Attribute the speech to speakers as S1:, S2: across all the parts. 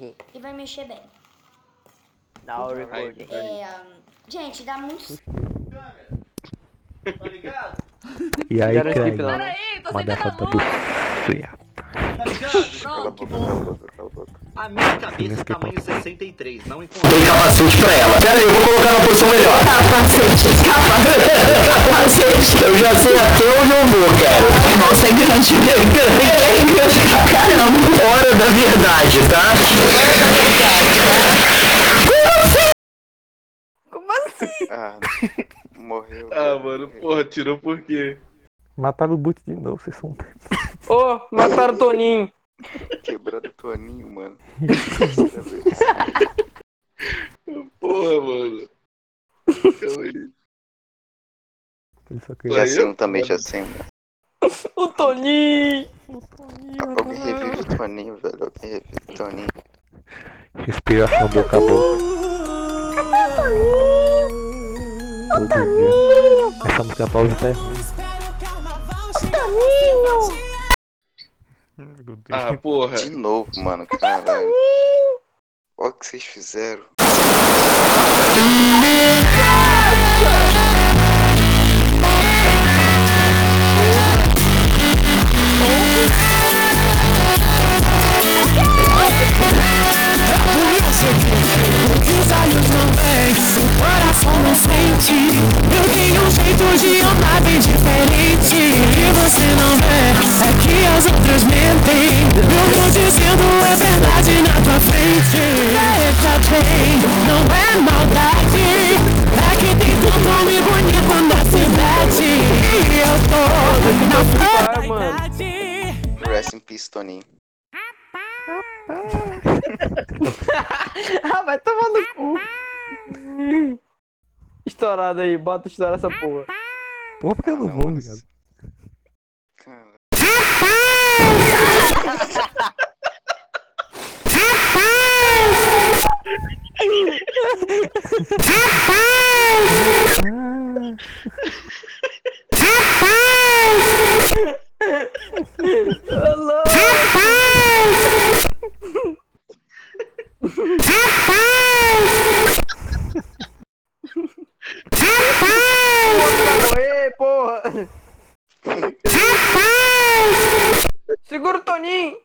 S1: aqui.
S2: E vai mexer bem.
S1: Dá o recording.
S2: É, hum, gente, dá muito.
S3: E aí,
S1: Quero skip,
S3: Craig?
S1: não, né?
S4: Peraí, tô
S3: Uma
S4: sem
S3: garrafa do
S4: pedaço.
S3: Suia.
S5: Cala a
S4: Pronto.
S5: boca, cala a boca, cala a boca.
S6: A minha
S3: Sim,
S5: cabeça
S3: esquece.
S5: tamanho 63, não encontrei.
S7: Dei capacete pra ela. Pera aí, eu vou colocar na posição melhor. Capacete, capacete, capacete. Eu já sei até onde eu vou, cara. Nossa, é grande, é grande. Caramba, hora da verdade, tá?
S1: Como assim?
S5: Ah, morreu.
S8: Ah, mano, porra, tirou por quê?
S3: Mataram o boot de novo, vocês são.
S1: Ô, mataram o Toninho.
S5: Quebrado o Toninho, mano.
S8: Porra, mano. Calma aí.
S3: Ele só
S8: Ué,
S3: queria.
S8: eu?
S5: Jacino um também, Jacino.
S1: O Toninho.
S5: Alguém revive o Toninho, velho. Alguém revive o Toninho.
S3: Respiração boca a boca. Todo dia. Essa música pausa tá
S8: Ah,
S3: errada.
S8: porra.
S5: De novo, mano, caralho. Olha o que vocês fizeram.
S7: um é é tá é
S1: Ai, mano.
S5: Rest in peace, Toninho.
S1: Ah, vai tomar no cu. Estourado aí, bota estourar essa porra.
S3: Porra, porque eu não vou,
S5: Nossa.
S3: ligado?
S5: Cara,
S1: Alô? Vai morrer, porra! Segura o Toninho!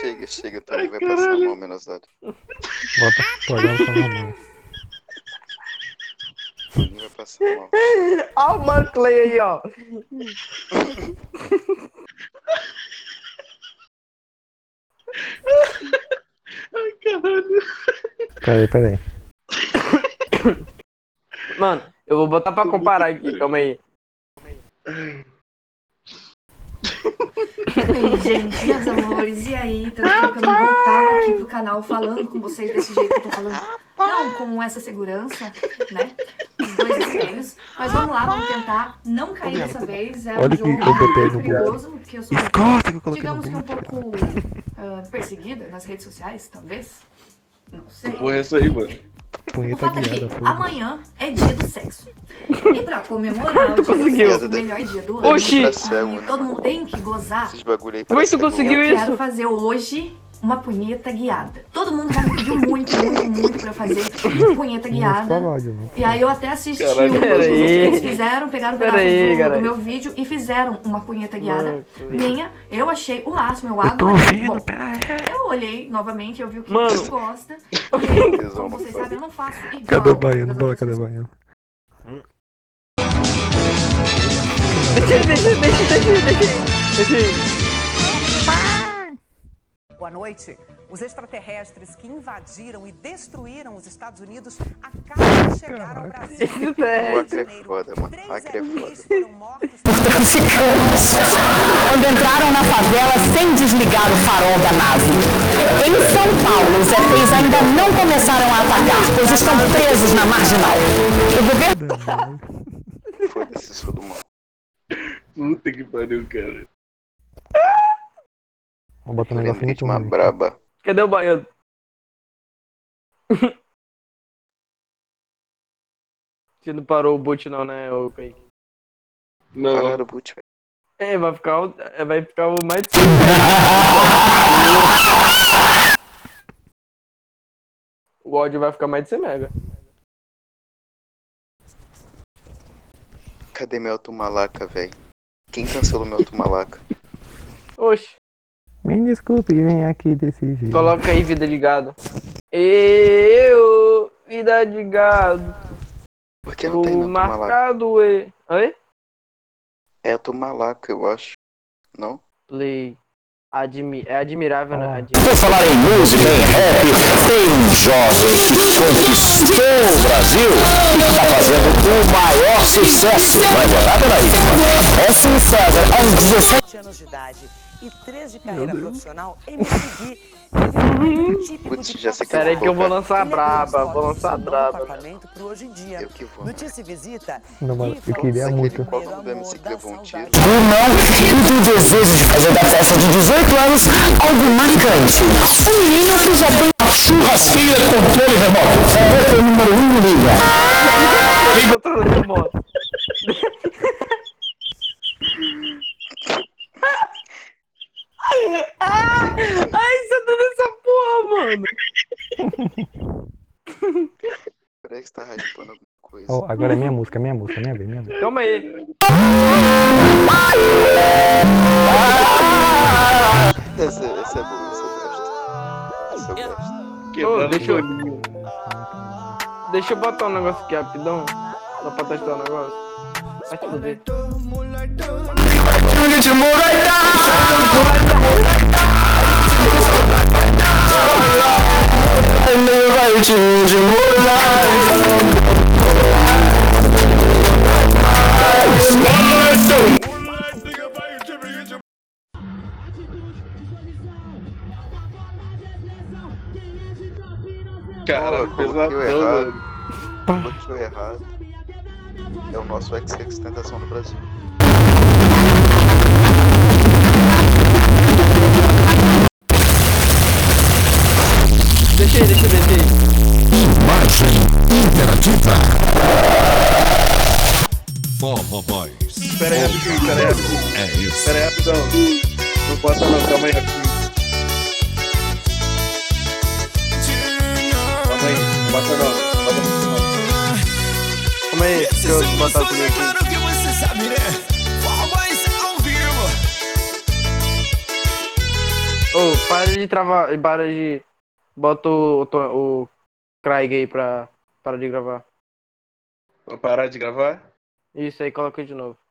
S5: chega, chega, o Toninho vai passar mal, menos nada.
S3: Bota olhando pra mamãe.
S5: O Toninho vai passar mal.
S1: Olha o Manclay aí, ó!
S8: Ai, caralho.
S3: Peraí, peraí.
S1: Mano, eu vou botar pra comparar aqui, calma aí.
S4: Ei, gente, meus amores, e aí? Tudo bem que eu não voltava aqui pro canal falando com vocês desse jeito que eu tô falando? Não com essa segurança, né? Os dois estranhos. Mas vamos lá, vamos tentar não cair dessa vez. É um
S3: Olha que
S4: jogo
S3: eu botei no
S4: perigoso, porque eu sou uma
S3: Escorta que eu coloquei no
S4: digamos que um
S3: boot.
S4: pouco ah, perseguida nas redes sociais, talvez. Não sei.
S8: Porra, é isso aí, mano.
S4: O
S3: Punheta
S4: fato é que
S3: tá guiada, foda.
S4: amanhã é dia do sexo. E pra comemorar o
S1: conseguiu.
S4: dia do sexo, o melhor dia do ano,
S1: Oxi!
S5: Pra cego, né?
S4: todo mundo tem que gozar.
S5: Esses bagulho aí
S1: Como é que tu
S5: parece que é
S1: conseguiu
S5: bom.
S4: Eu quero
S1: isso?
S4: fazer hoje uma punheta guiada. Todo mundo já me pediu muito, muito, muito pra eu fazer punheta
S3: Não
S4: guiada.
S3: fala de novo.
S4: E aí eu até assisti o
S8: Caralho,
S4: vídeo que
S1: peraí.
S4: eles fizeram, pegaram
S1: Peraí,
S4: pedaços do- do,
S1: caralho.
S4: meu vídeo e fizeram uma punheta guiada
S1: Mano,
S4: minha. Eu achei o máximo, eu
S3: Eu tô
S4: adorei. Bom,
S3: ouvindo, peraí.
S4: eu olhei novamente, eu vi o que
S1: Mano.
S4: você gosta. E, aí, como vocês sabem, eu não faço igual.
S3: Cadê o
S4: das
S3: baiano? Bora,
S4: outras
S3: cadê o
S4: pessoas.
S3: baiano?
S1: Deixa, deixa, deixa, deixa, deixa. deixa. aí.
S9: Boa noite. Os extraterrestres que invadiram e destruíram os Estados Unidos acabam de chegar ao Brasil.
S1: Isso é.
S5: O Acre é foda, mano. O Acre é foda.
S9: Três foram mortos.
S7: Traficantes. Quando entraram na favela sem desligar o farol da nave. Em São Paulo, os ETs ainda não começaram a atacar, pois estão presos na marginal. O governo
S5: Foda-se, sou do mal.
S8: Puta que pariu, cara.
S3: Vou botar um negócio
S5: Lembrei de
S3: muito
S5: uma
S3: ruim.
S5: braba.
S1: Cadê o baiano? Você não parou o boot não, né, ô Kaique?
S8: Não,
S5: Falaram o boot, velho.
S1: É, vai ficar, o- é, vai ficar o mais... o ódio vai ficar mais de 100 mega.
S5: Cadê meu automalaca, velho? Quem cancelou meu automalaca?
S1: Oxe,
S3: Me desculpe, vem aqui desse jeito.
S1: coloca aí vida de gado. Eu, vida de gado,
S5: Por que não tem
S1: tô
S5: meu automalaca?
S1: marcado e... Oi?
S5: É automalaca, eu acho. Não?
S1: Play. Admi... É admirável,
S3: Ah.
S1: né? Admi-
S7: Por falar em música, em rap, tem um jovem que conquistou o Brasil e que está fazendo o maior sucesso. Vai morar por aí. É sincero, aos 17
S6: anos de idade e 3 de carreira profissional, MTV
S9: é
S6: teve um típico
S5: Putz,
S6: de
S5: já sei que
S1: Pera aí que eu vou lançar a
S6: Ele é abriu os
S9: um
S1: braba,
S6: olhos
S1: vou lançar a
S6: do
S1: braba. né?
S6: apartamento pro hoje em dia.
S5: Eu que vou. né?
S6: Notícia e visita.
S3: Não, mas
S6: e
S3: eu queria
S6: falou
S3: é muito.
S6: sobre o
S5: Qual o
S6: primeiro
S5: nome do MC
S6: amor
S5: que
S6: da
S5: levou um tiro?
S6: saudade.
S7: ou não, e do desejo de fazer da festa de 18 anos algo marcante. Um menino que já tem uma churrasqueira com controle remoto. É o número 1 do livro.
S1: Controle remoto. Ah! Ai, você tá nessa porra, mano.
S5: Parece que tá raspando alguma coisa.
S3: Ó, agora é minha música, minha música, minha vez, é minha vez.
S1: Calma aí.
S5: Essa, essa é boa, essa eu gosto. Essa é eu gosto.
S1: Ô,
S8: Quebrando
S1: deixa, eu,
S8: o banho.
S1: deixa eu botar um negócio aqui rapidão. Só pra testar o negócio. Vai te fuder.
S8: Cara,
S5: Pô, coloquei o
S8: pesadão.
S5: errado. Coloquei o errado. É o nosso ex tentação do Brasil.
S1: Deixa aí, deixa aí, deixa aí.
S10: Forró Boys.
S8: Pera aí, rapidinho, pera aí, rapidinho.
S10: É isso.
S8: Pera aí, rapidão. Não posso não, calma aí, rapidinho. Calma aí, não bota não. Bota não.
S1: Calma aí, deixa eu botar o primeiro aqui.
S10: que você sabe, né? Forró Boys ao vivo.
S1: Ô, para de travar, para de... Bota o, o, o Craig aí pra... Para de gravar.
S8: Vou parar de gravar?
S1: Isso aí, coloca de novo.